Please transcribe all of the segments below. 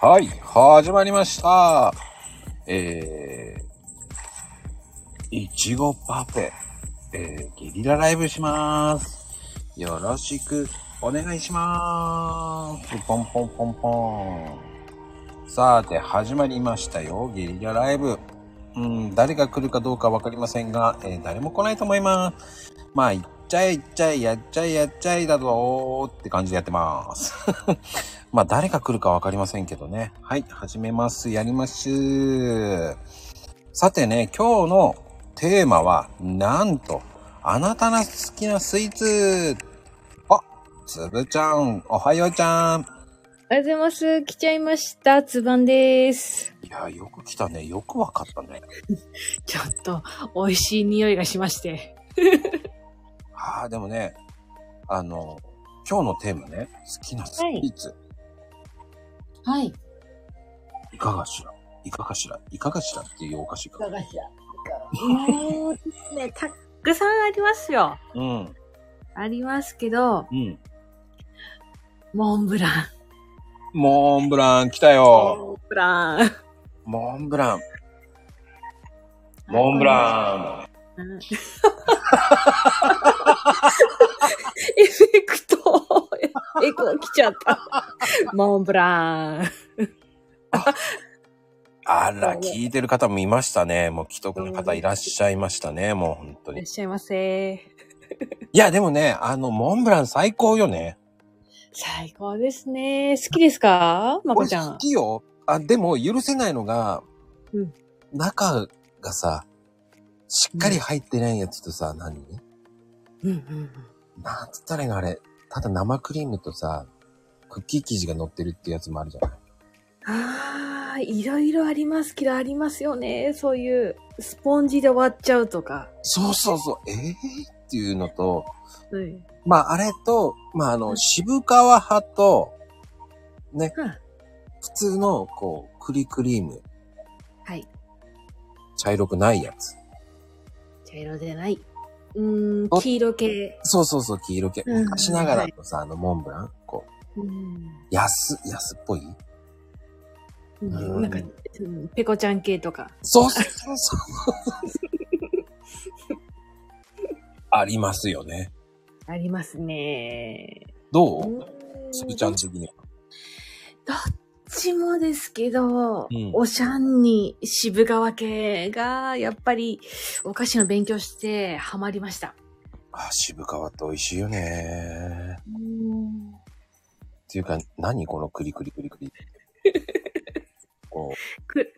はい、始まりました。えー、いちごパフェ、えー、ゲリラライブします。よろしくお願いします。ポンポンポンポン。さて、始まりましたよ、ゲリラライブ。うん、誰が来るかどうかわかりませんが、えー誰も来ないと思います。まあ、いっちゃえ、いっちゃえ、やっちゃえ、やっちゃえだぞーって感じでやってます。まあ、誰が来るかわかりませんけどね。はい、始めます。やります。さてね、今日のテーマは、なんと、あなたの好きなスイーツ。あ、つぶちゃん、おはようちゃん。おはようございます。来ちゃいました。つばんです。いや、よく来たね。よくわかったね。ちょっと、美味しい匂いがしまして。ああ、でもね、あの、今日のテーマね、好きなスイーツ。はい。いいかがしらいかがしらいかがしらっていうお菓子が。がしら。もうですね、たっくさんありますよ。うん。ありますけど、うん。モンブラン。モンブラン来たよ。ンブラン。モンブラン。モンブラうん。エフェクト。エコー来ちゃった。モンブラン。ン。あら、聞いてる方もいましたね。もう既得の方いらっしゃいましたね。もう本当いらっに。しゃいませ。いや、でもね、あの、モンブラン最高よね。最高ですね。好きですかまこちゃ俺ん好。きよ。あ、でも許せないのが、うん中がさ、しっかり入ってないやつとさ、何うんうんうん。なんつったらいいのあれ。ただ生クリームとさ、クッキー生地が乗ってるってやつもあるじゃない。ああ、いろいろありますけど、ありますよね。そういう、スポンジで割っちゃうとか。そうそうそう、えー、っていうのと、うん。まああれと、まああうの、ん渋川派と、ね、は普通の、こう、栗クリーム、はい。茶色くないやつ。茶色でない。うーん、お黄色系。そうそうそう、黄色系。うん昔ながらのさ、あの、モンブラン、こう、うん。安、安っぽい。うんなんか、うんペコちゃん系とか。そうそうそう。ありますよね。ありますね。どううんつぶちゃん的には。どっちもですけど、うんおしゃんに渋川系が、やっぱり、お菓子の勉強して、ハマりました。あ、渋川って美味しいよね。うん。っていうか、何このクリクリクリクリ。こくう、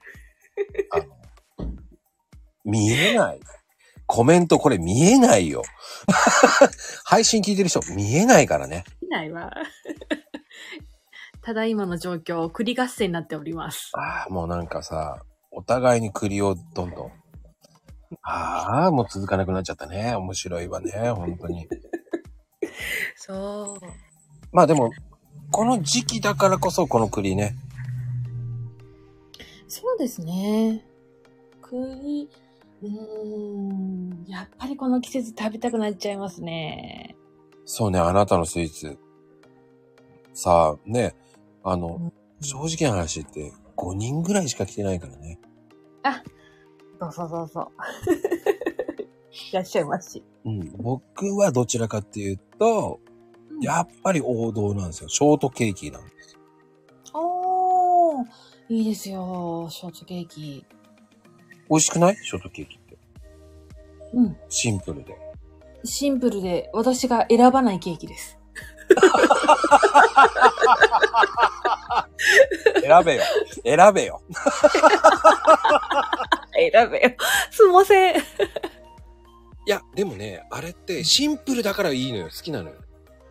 あの、見えない。コメントこれ見えないよ。 配信聞いてる人見えないからね。できないわ。ただ今の状況、栗合戦になっております。ああ、もうなんかさ、お互いに栗をどんどん。ああ、もう続かなくなっちゃったね。面白いわね、本当に。そう。まあでも、この時期だからこそこの栗ね。そうですね。栗、うーん、やっぱりこの季節食べたくなっちゃいますね。そうね、あなたのスイーツ。さあ、ね、あの、正直な話って、5人ぐらいしか来てないからね。そうそうそうそう。 いらっしゃいますし。うん。僕はどちらかっていうと、やっぱり王道なんですよ。ショートケーキなんです。おー、いいですよ、ショートケーキ。美味しくないショートケーキって。うん。シンプルで。シンプルで、私が選ばないケーキです。選べよ。選べよ。選べよ。すいませ ん。いや、でもね、あれってシンプルだからいいのよ。好きなのよ。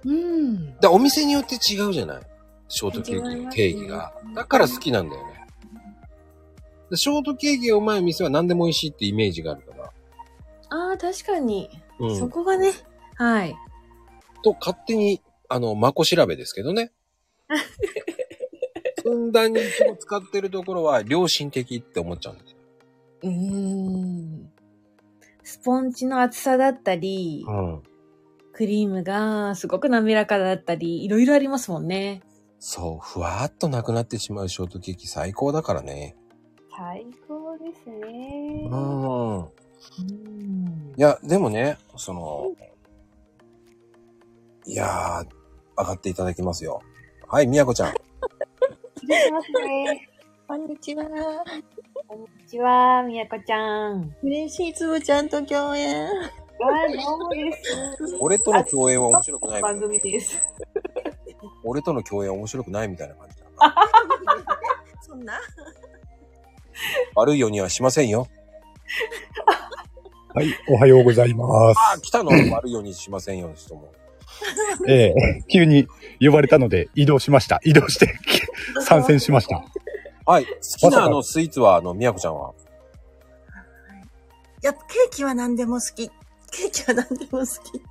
うん。だお店によって違うじゃないショートケーキ違いのますケーキが。だから好きなんだよね。でショートケーキがうまい店は何でも美味しいってイメージがあるから。ああ、確かに。うそん。こがね、はい。と、勝手に、あの、まこ調べですけど ね。ふんだんにいつも使ってるところは良心的って思っちゃうんですよ。うーん。スポンジの厚さだったり、ん。クリームがすごく滑らかだったり、いろいろありますもんね。そう、ふわーっとなくなってしまうショートケーキ最高だからね。最高ですねう。ん。うんいや、でもね、その、いやー、上がっていただきますよ。はい、みやこちゃん。いらっしゃいます ね。こんにちは。こんにちは、みやこちゃん。嬉しい、つぶちゃんと共演。わどうもです。俺との共演は面白くないみたい番な。組です。俺との共演は面白くないみたいな感じだな。そんな悪いようにはしませんよ。はい、おはようございます。あー、来たの悪いようにしませんよ、人も。ええ急に呼ばれたので移動しました。移動して参戦しました。はい、好きなあのスイーツは、あの、みやこちゃんは。やっぱケーキは何でも好き。ケーキは何でも好き。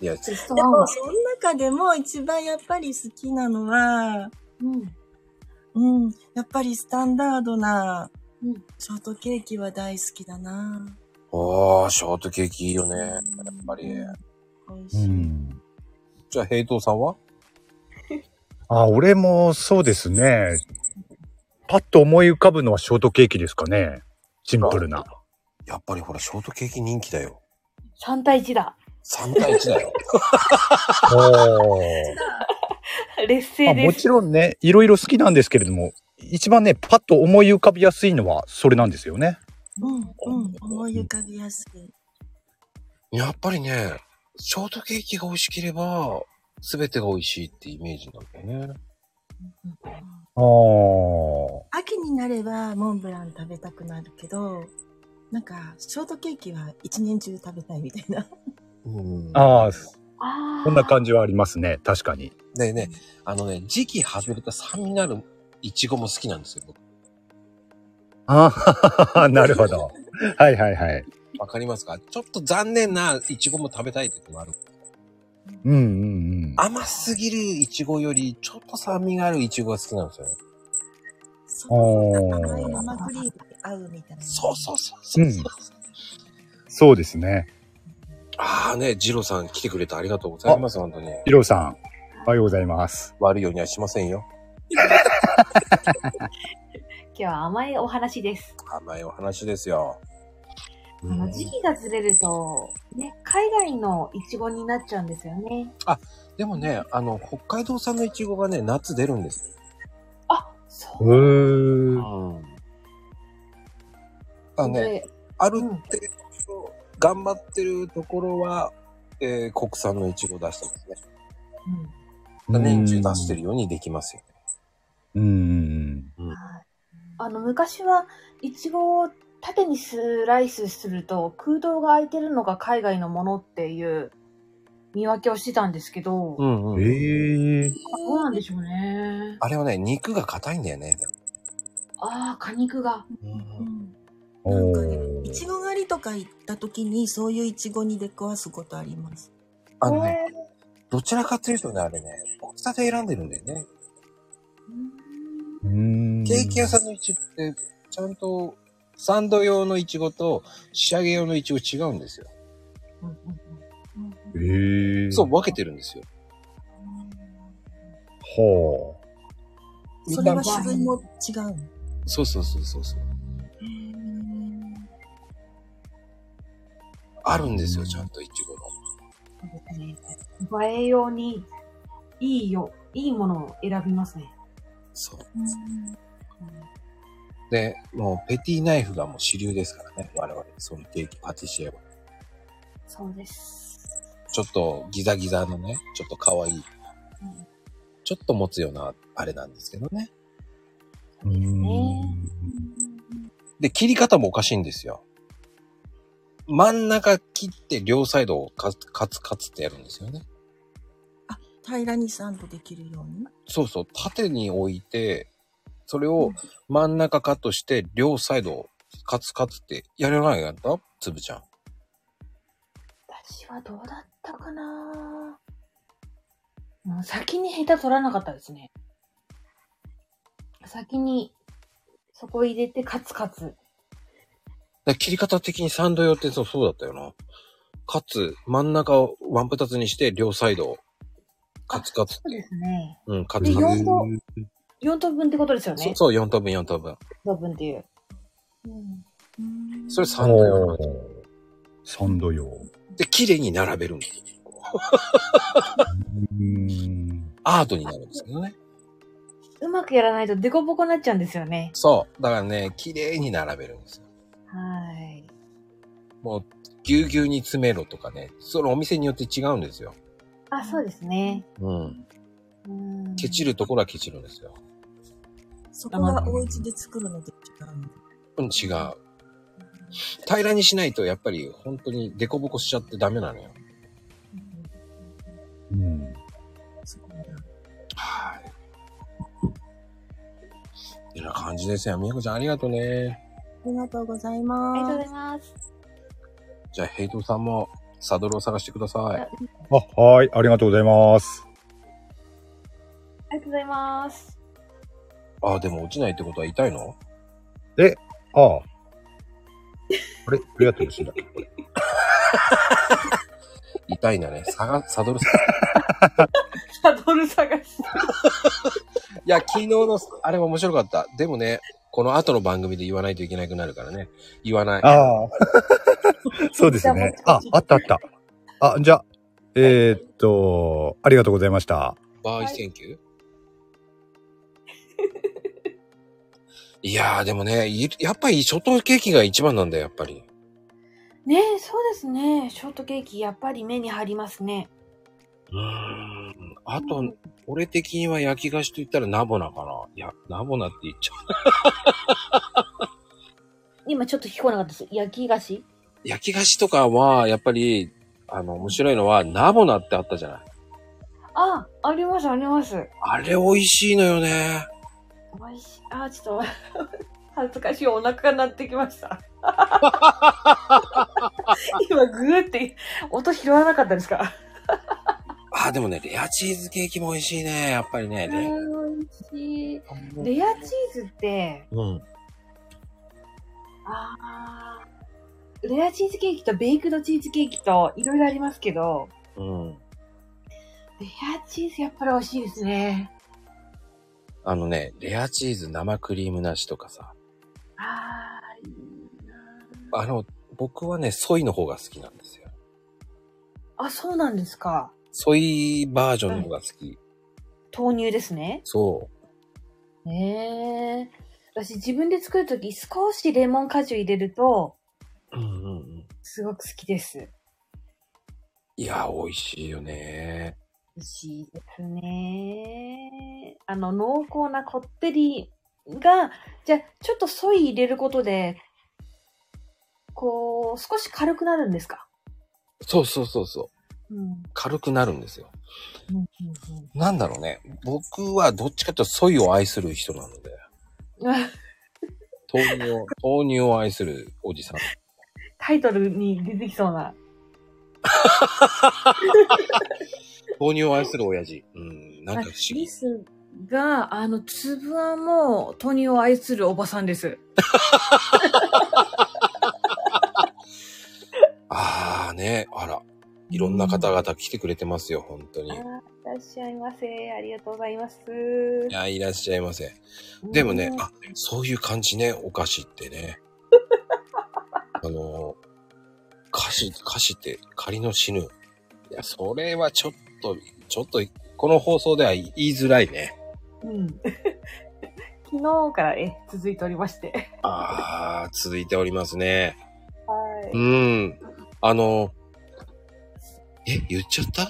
いや、テストでワンも、その中でも一番やっぱり好きなのは、うん。うん、やっぱりスタンダードなうん、ショートケーキは大好きだな。おー、ショートケーキいいよね。やっぱり。美味うしい。ん。じゃあ、平等さんはあ、俺もそうですね。パッと思い浮かぶのはショートケーキですかね。シンプルな。やっぱりほら、ショートケーキ人気だよ。 3対1だ。 3対1だよ。お 劣勢あでもす。ちろんね、いろいろ好きなんですけれども、一番ね、パッと思い浮かびやすいのはそれなんですよね。うん、うん、思い浮かびやすい。やっぱりね、ショートケーキが美味しければ、すべてが美味しいってイメージなんだよね。ああ。秋になればモンブラン食べたくなるけど、なんか、ショートケーキは一年中食べたいみたいな。うんああ、あーこんな感じはありますね。確かに。でね、あのね、時期外れた酸味のあるイチゴも好きなんですよ、僕。ああ、なるほど。はいはいはい。わかりますかちょっと残念なイチゴも食べたい時もある。うんうん甘すぎるイチゴより、ちょっと酸味があるイチゴが好きなんですよね。そう。あー甘い生クリームに合うみたいな。そうそうそうそうそう。うん。そうですね。ああね、ジローさん来てくれてありがとうございます、本当に。ヒロさん、おはようございます。悪いようにはしませんよ。今日は甘いお話です。甘いお話ですよ。あの時期がずれると、ね、海外のイチゴになっちゃうんですよね。でもね、あの、北海道産のイチゴがね、夏出るんですよ。あ、そう。ううん。あのね、である程度、頑張ってるところは、えー国産のイチゴ出してますね。うん年中出してる。ようにできますよ。うん。あの昔はいちごを縦にスライスすると空洞が空いてるのが海外のものっていう見分けをしてたんですけど、んうええどうなんでしょうねあれはね、肉が硬いんだよね。ああ果肉がうん。なんおかね、いちーご狩りとか行った時に、そういういちごに出くわすことあります。あのね、どちらかというとね、あれね、大きさで選んでるんだよね。うんケーキ屋さんのイチゴって、ちゃんと、サンド用のイチゴと仕上げ用のイチゴ違うんですよ。うんうんうんええそう、。分けてるんですよ。はそれは種類も違う。そうそうそうそうそう。あるんですよ、ちゃんとイチゴの。そうですね映え用にいいよいいものを選びますねそう。で、もうペティナイフがもう主流ですからね。我々、そのケーキ、パティシエは。そうですちょっとギザギザのね、ちょっと可愛い。ちょっと持つような、あれなんですけどね。あ。うんで、切り方もおかしいんですよ。真ん中切って両サイドをカツカツカツってやるんですよね。平らにサンドできるように。そうそう、縦に置いて、それを真ん中カットして、両サイドをカツカツってやらないかったつぶちゃん。私はどうだったかなもう先にヘタ取らなかったですね。先に、そこ入れてカツカツ。で切り方的にサンド用ってそうそうだったよな。カツ、真ん中をワンプタツにして、両サイドをカツカツっそうでて。すね。うん、カで、ツカツ。 4等、四等分ってことですよそねう。そう、4等分、4等分。等分っていう。それ3等分おー。サンド用。うで、綺麗に並べるんです。ーん。アートになるんですけどね。うまくやらないとデコボコになっちゃうんですよね。そう。だからね、綺麗に並べるんですよ。はい。もう、ぎゅうぎゅうに詰めろとかね。そのお店によって違うんですよ。あ、そうですね。うん。うんケチるところはケチるんですよ。そこはお家で作るのと違うの。うん、違う。平らにしないと、やっぱり本当にデコボコしちゃってダメなのよ。うん。そこははい。てな感じですよ。みやこちゃんありがとうね。ありがとうございありがとうまごす。ざいます。じゃあ、ヘイトさんもサドルを探してください。あ、はーい。ありがとうございます。ありがとうございます。ああ、でも落ちないってことは痛いのああ。あれありがとうございます。痛いんだね。探、サドル探 サドル探し。いや、昨日の、あれは面白かった。でもね、この後の番組で言わないといけなくなるからね。言わない。ああ。 そうですね。あ、あったあった。あ、じゃあ、えーっと、ありがとうございました。バーイセンキュー、い、やー、でもね、いやっぱりショートケーキが一番なんだよ、やっぱり。ねえ、そうですね。ショートケーキ、やっぱり目に入りますね。うーん。あと、俺的には焼き菓子と言ったらナボナかな。いや、ナボナって言っちゃう。今ちょっと聞こえなかったです。焼き菓子焼き菓子とかは、やっぱり、あの、面白いのは、ナボナってあったじゃない。あ、あります、あります。あれ美味しいのよね。おいしい。あ、ちょっと、 恥ずかしい。お腹が鳴ってきま した。今、グーって、音拾わなかったですかあ、でもね、レアチーズケーキも美味しいね。やっぱりね。レ美味しい。レアチーズって、うん。あーレアチーズケーキとベイクドチーズケーキといろいろありますけど、うん。レアチーズやっぱり美味しいですね。あのね、レアチーズ生クリームなしとかさ。あーいいなあの、僕はね、ソイの方が好きなんですよ。あ、そうなんですか。ソイバージョンの方が好き。豆乳ですね。そねえ。私自分で作るとき少しレモン果汁入れると、う。うんうんうん。すごく好きです。いや、美味しいよね。美味しいですね。あの、濃厚なこってりが、じゃあ、ちょっとソイ入れることで、こう、少し軽くなるんですかそうそうそうそう。うん。うん、軽くなるんですよ。うん、なんだろうね。僕はどっちかというとソイを愛する人なので。うん。豆乳 を、豆乳を愛するおじさん。 タイトルに出てきそうな。豆乳を愛する親父。うん。なんか不思議リ。スが、あの、つぶあんも、豆乳を愛するおばさんです。あーね、あら。いろんな方々来てくれてますよ、本当に。あいいらっしゃいませ。ありがとうございます。や、いらっしゃいませ。でもねう、んあ、そういう感じね、お菓子って ね。あの、菓子、菓子って仮の死ぬ。いや、それはちょっと、ちょっと、この放送では言いづらいね。うん。 昨日から、え、続いておりまして。あー、続いておりますね。はうい。ん。あの、え、言っちゃったあ、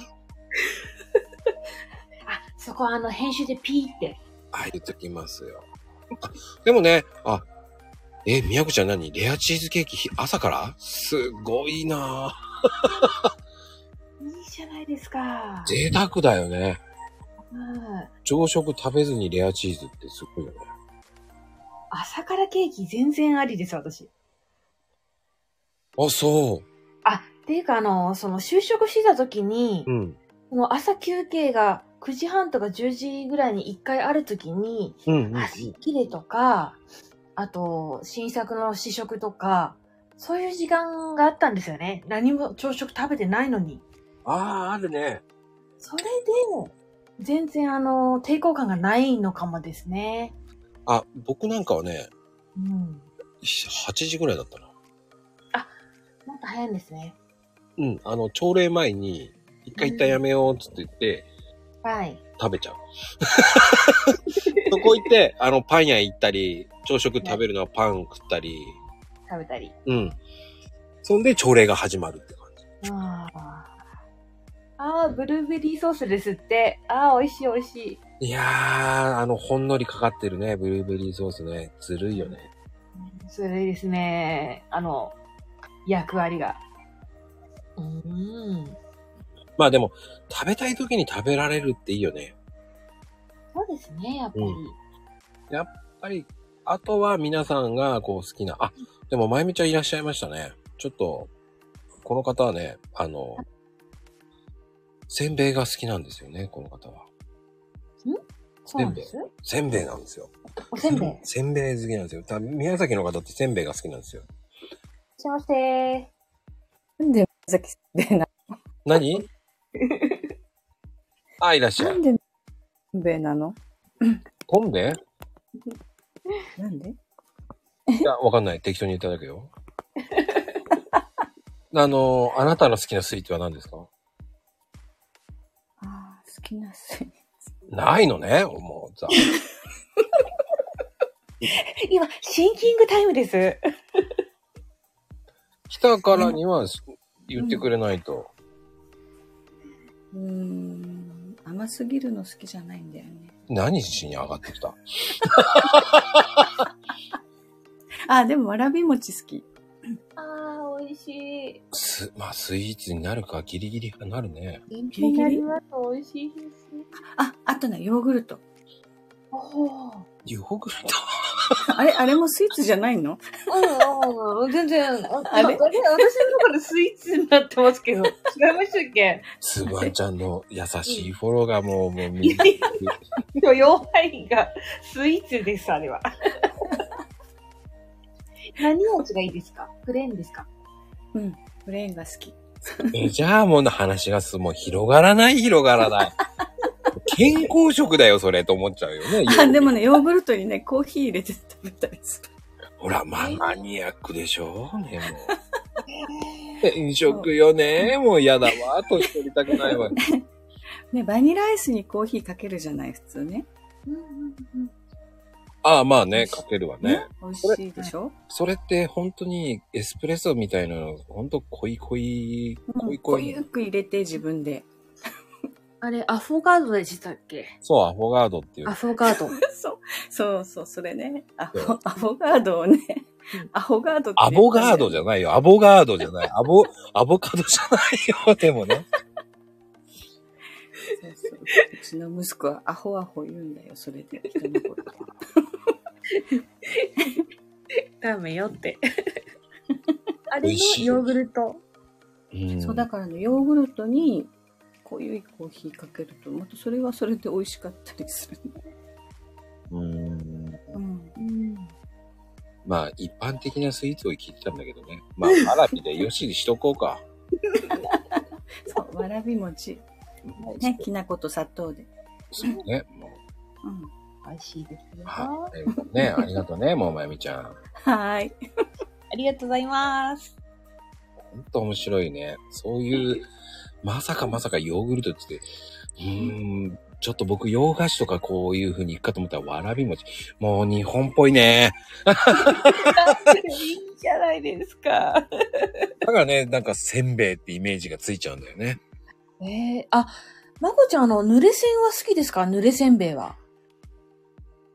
そこあの、編集でピーって。あ、言っときますよ。あでもね、あ、え、みやこちゃん何レアチーズケーキひ朝からすごいなぁ。いいじゃないですか。贅沢だよね。うん。朝食食べずにレアチーズってすごいよね。朝からケーキ全然ありです、私。あ、そあ、っていうかあの、その、就職してた時にう。、ん。その朝休憩が9時半とか10時ぐらいに1回ある時に、うん端切れとか、あと、新作の試食とか、そういう時間があったんですよね。何も朝食食べてないのに。ああ、あるね。それで、全然あの、抵抗感がないのかもですね。あ、僕なんかはね、うん。 8時ぐらいだったな。もっと早いんですね。うん、あの、朝礼前に、一回一旦やめようっつって言って、はい。食べちゃう。 そこ行って、あの、パン屋行ったり、朝食食べるのはパン食ったり、食べたり。うん。そんで朝礼が始まるって感じ。ああ。ああ、ブルーベリーソースですって。ああ、美味しい美味しい。いやー、あの、ほんのりかかってるね、ブルーベリーソースね。ずるいよね。それいいですね。あの、役割が。うーん。まあでも、食べたい時に食べられるっていいよね。そうですね、やっぱり。うんやっぱり、あとは皆さんがこう好きな、あ、でもまゆみちゃんいらっしゃいましたね。ちょっと、この方はね、あの、せんべいが好きなんですよね、この方は。そうなんです。せんべいなんですよ。おせんべい。いらっせんべい好きなんですよ。た宮崎の方ってせんべいが好きなんですよ。しゃいまして。なんで宮崎せんべいな 何あ、いらっしゃないん。でせんべいなのなんでなんでいや、わかんない。適当に言っただけ よ。あの、あなたの好きなスイーツは何ですかああ、好きなスイーないのね、もう。ざ今、シンキングタイムです。来たからには言ってくれないと。ツ。うーん、甘すぎるの好きじゃないんだよね。何しに上がってきたああ、でもわらび餅好き。ああ、美味しい。す、まあ、スイーツになるか、ギリギリかなるね。勉強になります。美味しいです。あ、あとね、ヨーグルト。おお。ヨーグルトあれ、あれもスイーツじゃないうのんうんうん。全然、ああれ私の中でスイーツになってますけど。違いましたっけスーワンちゃんの優しいフォローがもう、もう、み いやい許容範囲がスイーツです、あれ は。何味がいいですかプレーンですかうん、プレーンが好き。えじゃあもうの話がす、もう広がらない、広がらない。健康食だよ、それ、と思っちゃうよね。 あ、でもね、ヨーグルトにね、コーヒー入れて食べたりする。ほら、まあ、マニアックでしょね、もう。転職よね。もう嫌だわ。年取りたくないわ。ね、バニラアイスにコーヒーかけるじゃない、普通ね。うんうんうん。ああ、まあね、かけるわね。美味しいでしょそれって本当にエスプレッソみたいなの、本当濃い濃い、濃ういん、濃濃ゆい。く入れて自分で。あれ、アフォガードでしたっけそう、アフォガードっていうア。フォガード。そう、そうそう、それね。アそホ、アフォガードをねうん。アフォガードってアボガードじじゃないよ。アボガードじゃない。アボ、 アボカドじゃないよ。でもね。ゃん。そうそううちの息子はアホアホ言うんだよ、それで。人のことダメよって。あ美味しいルト。うんそう、だからね、ヨーグルトに濃ゆいコーヒーかけると、またそれはそれで美味しかったりする。うんうん。うん。まあ、一般的なスイーツを聞いてたんだけどね。まあ、わらびでよしにしとこうか。そう、わらび餅。ね、きな粉と砂糖で。そうね。も うん。美味しいですうよ。あはい。ね、ありがとうね、もうまゆみちゃん。はーい。りがとうございます。ほんと面白いね。そういう、まさかまさかヨーグルトって言って、うーん、ちょっと僕、洋菓子とかこういう風に行くかと思ったら、わらび餅。もう日本っぽいね。いいじゃないですか。だからね、なんかせんべいってイメージがついちゃうんだよね。えー、あ、まこちゃん、あの、濡れせんは好きですか濡れせんべいは。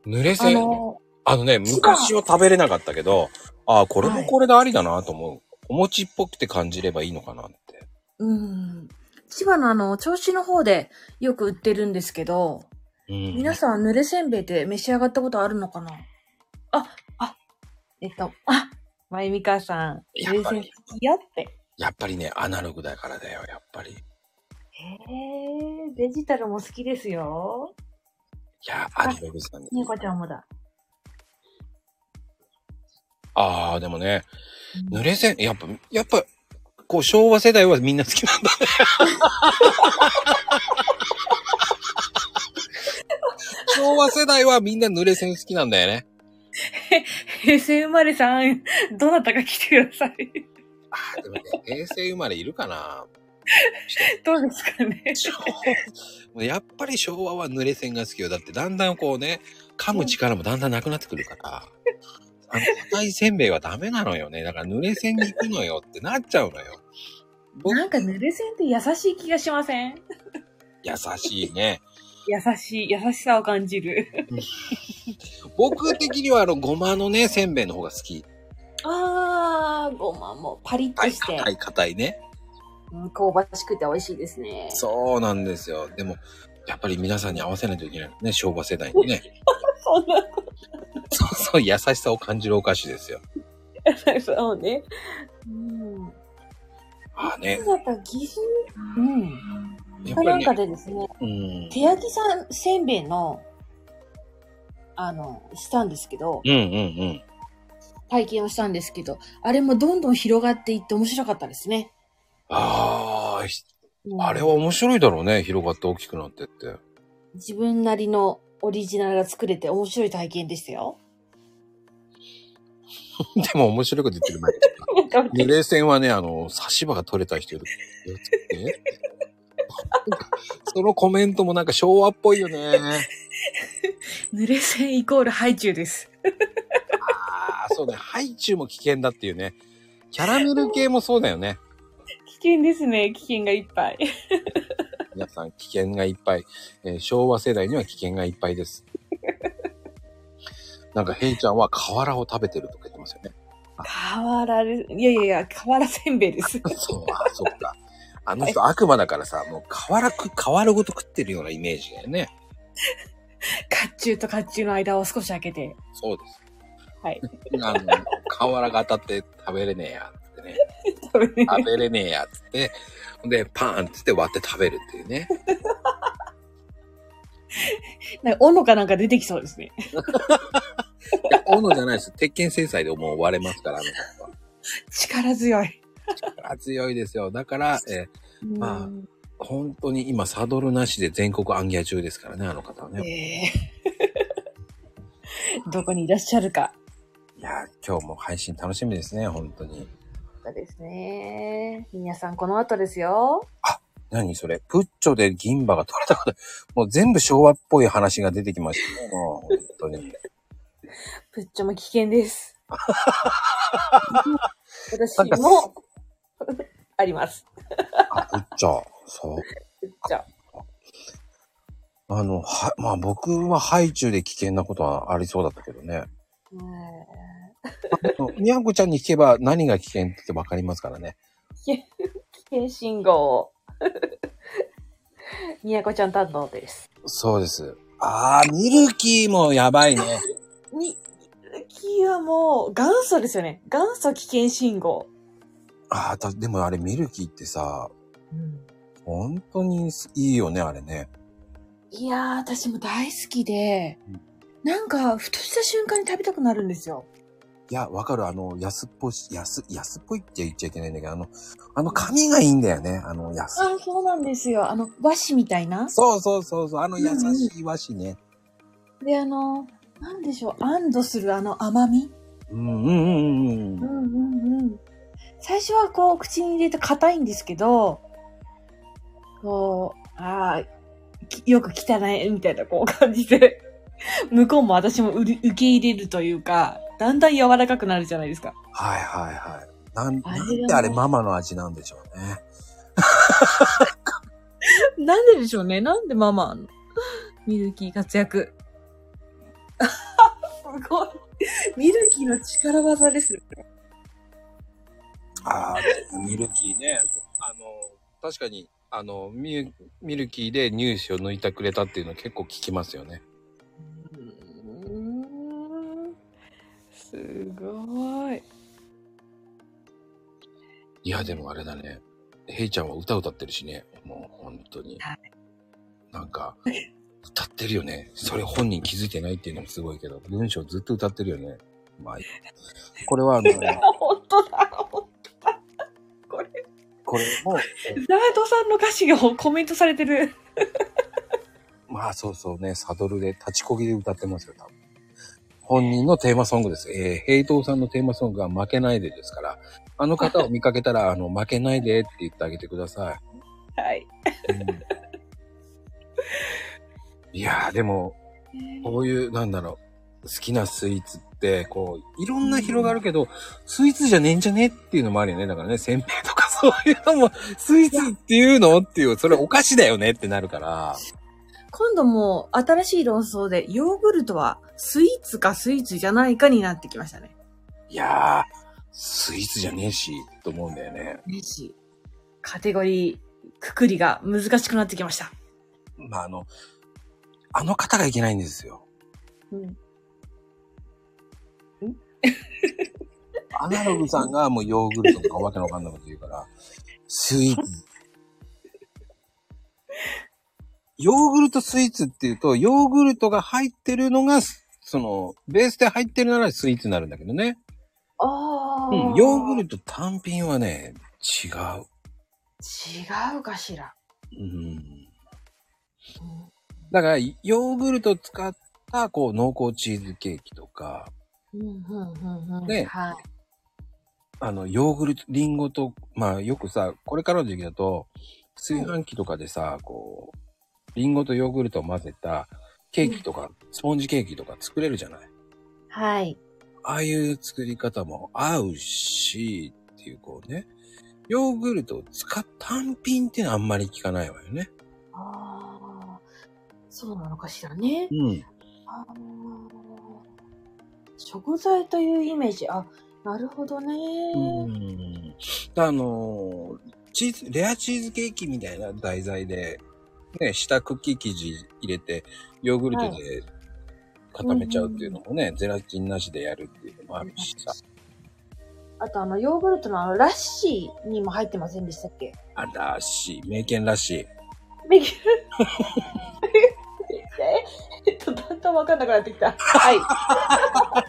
濡れあせん。あのの、ね、昔は食べれなかったけど、ああ、これもこれでありだなと思う。お餅っぽくて感じればいいのかなって。うん。千葉のあの、銚子の方でよく売ってるんですけど、うん皆さん、濡れせんべいって召し上がったことあるのかなあ、あ、えっと、あ、まゆみかさん、やっ濡れぱせりん好きよって。やっぱりね、アナログだからだよ、やっぱり。いへえ、デジタルも好きですよ。や、アナログさんですねこちゃんもだ。ああ、でもね、うん濡れせん、やっぱ、やっぱ、こう、昭和世代はみんな好きなんだね。 昭和世代はみんな濡れ線好きなんだよね。平成生まれさん、どなたか来てください。 あでもね、平成生まれいるかなどうですかね。昭和やっぱり昭和は濡れ線が好きよ。だってだんだんこうね、噛む力もだんだんなくなってくるから。あの、硬いせんべいはダメなのよね。だから濡れ線に行くのよってなっちゃうのよ。僕、なんか濡れ線って優しい気がしません優しいね。優しい、優しさを感じる。僕的にはあの、ごまのね、せんべいの方が好き。あー、ごまもパリッとはい、して、硬い、硬いね。うん香ばしくて美味しいですね。そうなんですよ。でも、やっぱり皆さんに合わせないといけないね、昭和世代にね。そんなそうそう、優しさを感じるお菓子ですよ。そうね。うん。ああね、やっぱ岐阜、うん。やっかぱりなんねか、でですね、うん。手焼きさんせんべいの、あの、したんですけど、うんうん体験をしたんですけど、あれもどんどん広がっていって面白かったですね。ああ、ひうんあれは面白いだろうね、広がって大きくなってって。自分なりのオリジナルが作れて面白い体験でしたよ。でも面白いこと言ってる前 だった。濡れ線はね、あの、差し歯が取れた人いる。え そのコメントもなんか昭和っぽいよね。濡れ線イコールハイチュウです。ああ、そうね。ハイチュウも危険だっていうね。キャラメル系もそうだよね。危険ですね。危険がいっぱい。 皆さん、危険がいっぱい。えー昭和世代には危険がいっぱいです。 なんか、ヘイちゃんは瓦を食べてるとか言ってますよ ね。瓦です。いやいやいや、瓦せんべいです。そう、あ、そっか。あの人悪魔だからさ、もう瓦く、瓦ごと食ってるようなイメージだよね。甲冑と甲冑の間を少し開けて。 そうです。は い。あの、瓦が当たって食べれねえや、ってね。多分ね食べれねえや、つって。で、パーンっつって割って食べるっていうね。なんか斧かなんか出てきそうですね。 いや、斧じゃないです。 鉄拳制裁でもう割れますから、あの方は。 力強い。力強いですよ。だから、えーまあうん本当に今サドルなしで全国アンギャ中ですからね、あの方はね。え ーどこにいらっしゃるか。いやー、今日も配信楽しみですね、本当に。そうですね。皆さんこの後ですよ。何それプッチョで銀歯が取れたこと、もう全部昭和っぽい話が出てきましたね、もう本当 に。プッチョも危 険です。私なんかも あります。あ、プッチョ。そう。プッチョ。あの、は、まあ僕はハイチュウで危険なことはありそうだったけどね。うん みやこちゃんに聞けば何が危険ってわかりますからね。危険信号 を。みやこちゃん担当です。そうです。あー、ミルキーもやばいね。に、キはもう元祖ですよね。元祖危険信号。あーた、でもあれミルキーってさ、うん本当にいいよね、あれね。いやー、私も大好きでうん、なんか、ふとした瞬間に食べたくなるんですよ。いや、わかる。あの、安っぽいし、安、安っぽいって言っちゃいけないんだけど、あの、あの髪がいいんだよね。あの、安。あそうなんですよ。あの、和紙みたいな。そうそうそうそう。あのうん優うんしい和紙ね。で、あの、なんでしょう、安堵するあの甘み。うんうんうんうんううんん。うんうん。最初はこう、口に入れて硬いんですけど、こう、ああ、きよく汚い、みたいなこう感じで、 向こうも私もうり受け入れるというか、だんだん柔らかくなるじゃないですか。はいはいはい。なん、あれながんであれママの味なんでしょうね。 なんででしょうね。なんでママ、ミルキー活躍。 すごい。ミルキーの力技です。ああ、ミルキーね。あの、確かに、あの、ミルミルキーで乳歯を抜いてくれたっていうの結構聞きますよね。すごい。いや、でもあれだね。ヘイちゃんは歌歌ってるしね。もう本当に。はいなんか、歌ってるよね。それ本人気づいてないっていうのもすごいけど、文章ずっと歌ってるよね。まあ、これは あの、 本当だ。これ、これも、ラードさんの歌詞がコメントされてる。ままあそうそうね、サドルで立ちこぎで歌ってますよ、多分。本人のテーマソングです。えー、ヘイトーさんのテーマソングは負けないでですから、あの方を見かけたら、あの、負けないでって言ってあげてください。はい。 うんいやー、でも、こういう、なんだろう、好きなスイーツって、こう、いろんな広がるけど、スイーツじゃねえんじゃねっていうのもあるよね。だからね、せんべいとか そういうのも、スイーツっていうのっていう、それお菓子だよねってなるから。今度もう新しい論争で、ヨーグルトはスイーツかスイーツじゃないかになってきましたね。いやー、スイーツじゃねえし、と思うんだよね。ねし、カテゴリー、くくりが難しくなってきました。まあ、あの、あの方がいけないんですよ。うん。アナログさんがもうヨーグルトとかわけのわかんないこと言うから、スイーツ。ヨーグルトスイーツっていうと、ヨーグルトが入ってるのが、その、ベースで入ってるならスイーツになるんだけどね。あうん、ヨーグルト単品はね、違う。違うかしら。うん。だから、ヨーグルト使った、こう、濃厚チーズケーキとか、うん、うん、うん、うん。ねはい。あの、ヨーグルト、リンゴと、まあよくさ、これからの時期だと、炊飯器とかでさ、こう、リンゴとヨーグルトを混ぜたケーキとか、スポンジケーキとか作れるじゃない。はい。ああいう作り方も合うし、っていうこうね、ヨーグルトを使った単品っていうのはあんまり聞かないわよね。ああ、そうなのかしらね。うん。あー食材というイメージ。あ、なるほどね。うん。あのーチーズ、レアチーズケーキみたいな題材で、ね、下クッキー生地入れて、ヨーグルトで固めちゃうっていうのもね、ゼラチンなしでやるっていうのもあるしさ。あとあの、ヨーグルトのあの、ラッシーにも入ってませんでしたっけあらしい、名犬らしい。めぎる。ええっと、だんだんわかんなくなってきた。は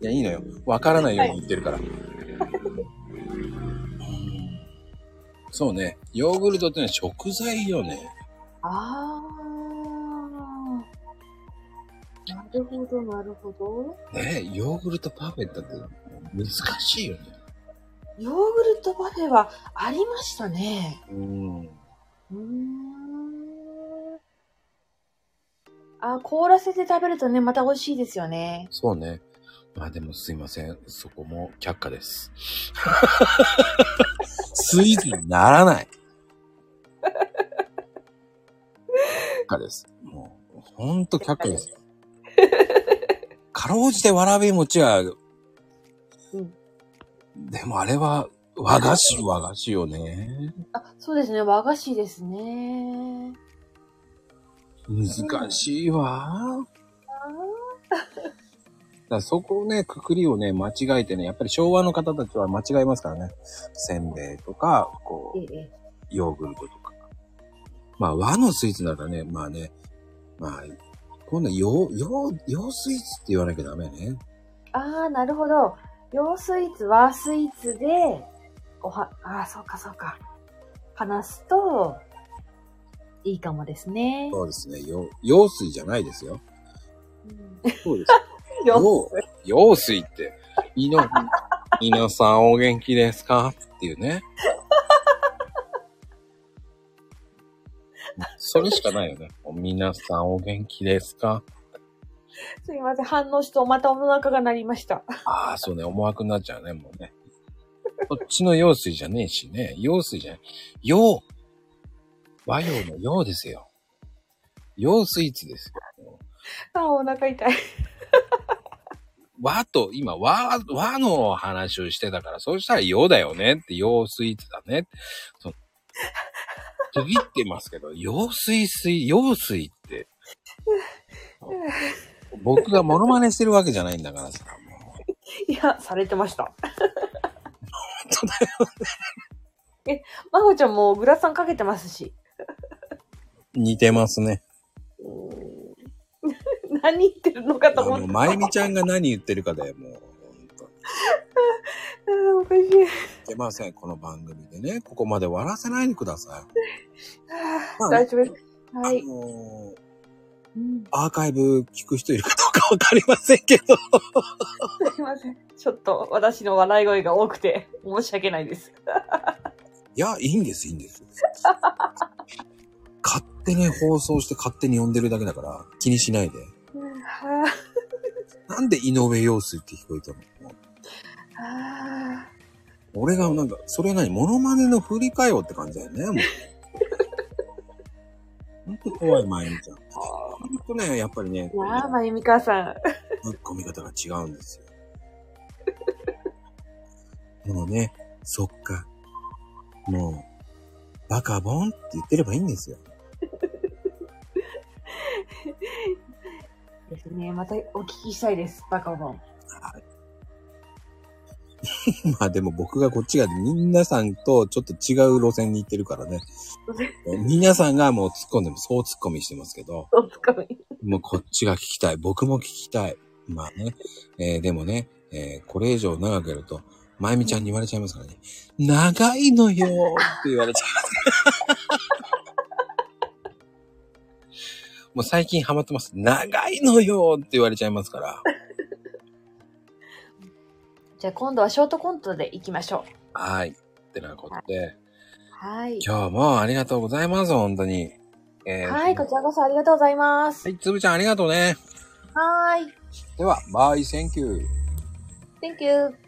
い。いや、いいのよ。わからないように言ってるから。うんそうね、ヨーグルトってのは食材よね。あー。なるほど、なるほど。ね、ヨーグルトパフェだって難しいよね。ヨーグルトパフェはありましたね。うん。うーん。あ、凍らせて食べるとね、また美味しいですよね。そうね。まあでもすいません。そこも却下 です。スイーツにならない。却下です。もう、ほんと却下です。かろうじてわらび餅は、んでもあれは和菓子、和菓子よね。あ、そうですね。和菓子ですね。難しい わ。だからそこをね、くくりをね、間違えてね、やっぱり昭和の方たちは間違えますからね。せんべいとか、こえう、え。ヨーグルトとか。まあ、和のスイーツならね、まあね、まあ、今度は洋、洋、洋スイーツって言わなきゃダメね。あー、なるほど。洋スイーツ、和スイーツで、おは、あー、そうかそうか。話すと、いいかもですね。そうですね、洋、洋水じゃないですよ。うんそうです。洋洋、洋水って、いの、皆さんお元気ですかっていうね。 それしかないよね。皆さんお元気ですかすいません。反応して、またお腹が鳴りました。ああ、そうね、思惑になっちゃうね、もうね。こっちの用水じゃねえしね、用水じゃない。用和洋の用ですよ。用スイーツですよ。あー、お腹痛い。和と、今、和、和の話をしてたから、そうしたら用だよねって、用スイーツだね。そ区切ってますけど、用水水、用水って。僕がモノマネしてるわけじゃないんだからさ、もう。いや、されてました。当だ え、まごちゃんもうグラサンかけてますし。似てますね。何言ってるのかともう思っまゆみちゃんが何言ってるかだよ、もう。ほんとた。うんおかしい。いけません、この番組でね。ここまで終わらせないでください。 あーまあ大丈夫です。はあい。のーうん、アーカイブ聞く人いるかどうかわかりませんけど。すいません。ちょっと私の笑い声が多くて申し訳ないです。いや、いいんです、いいんです。勝手に放送して勝手に呼んでるだけだから、気にしないで。はなんで井上陽水って聞こえたのあ、はあ、俺がなんか、それは何モノマネの振りかよって感じだよ ね、もう。ほんと怖い、まゆみちゃん。ほんとね、やっぱりね、なあ、まゆみかさん。突っ込み方が違うんですよ。もうね、そっか。もう、バカボンって言ってればいいんですよ。ですね。またお聞きしたいです。バカボン。 まあでも僕がこっちが皆さんとちょっと違う路線に行ってるから ね。皆さんがもう突っ込んでもそう突っ込みしてますけど、おつかみ。もうこっちが聞きたい。僕も聞きたい。まあね。えーでもね、えーこれ以上長くやると、まゆみちゃんに言われちゃいますからね。長いのよーって言われちゃい ます。もう最近ハマってます。長いのよーって言われちゃいますから。じゃあ今度はショートコントで行きましょはい。ってなことで。う。はい。今日もありがとうございます、本当に。えーはい、こちらこそありがとうございます。はい、つぶちゃんありがとうね。はーい。では、バイ、センキュー。 Thank you.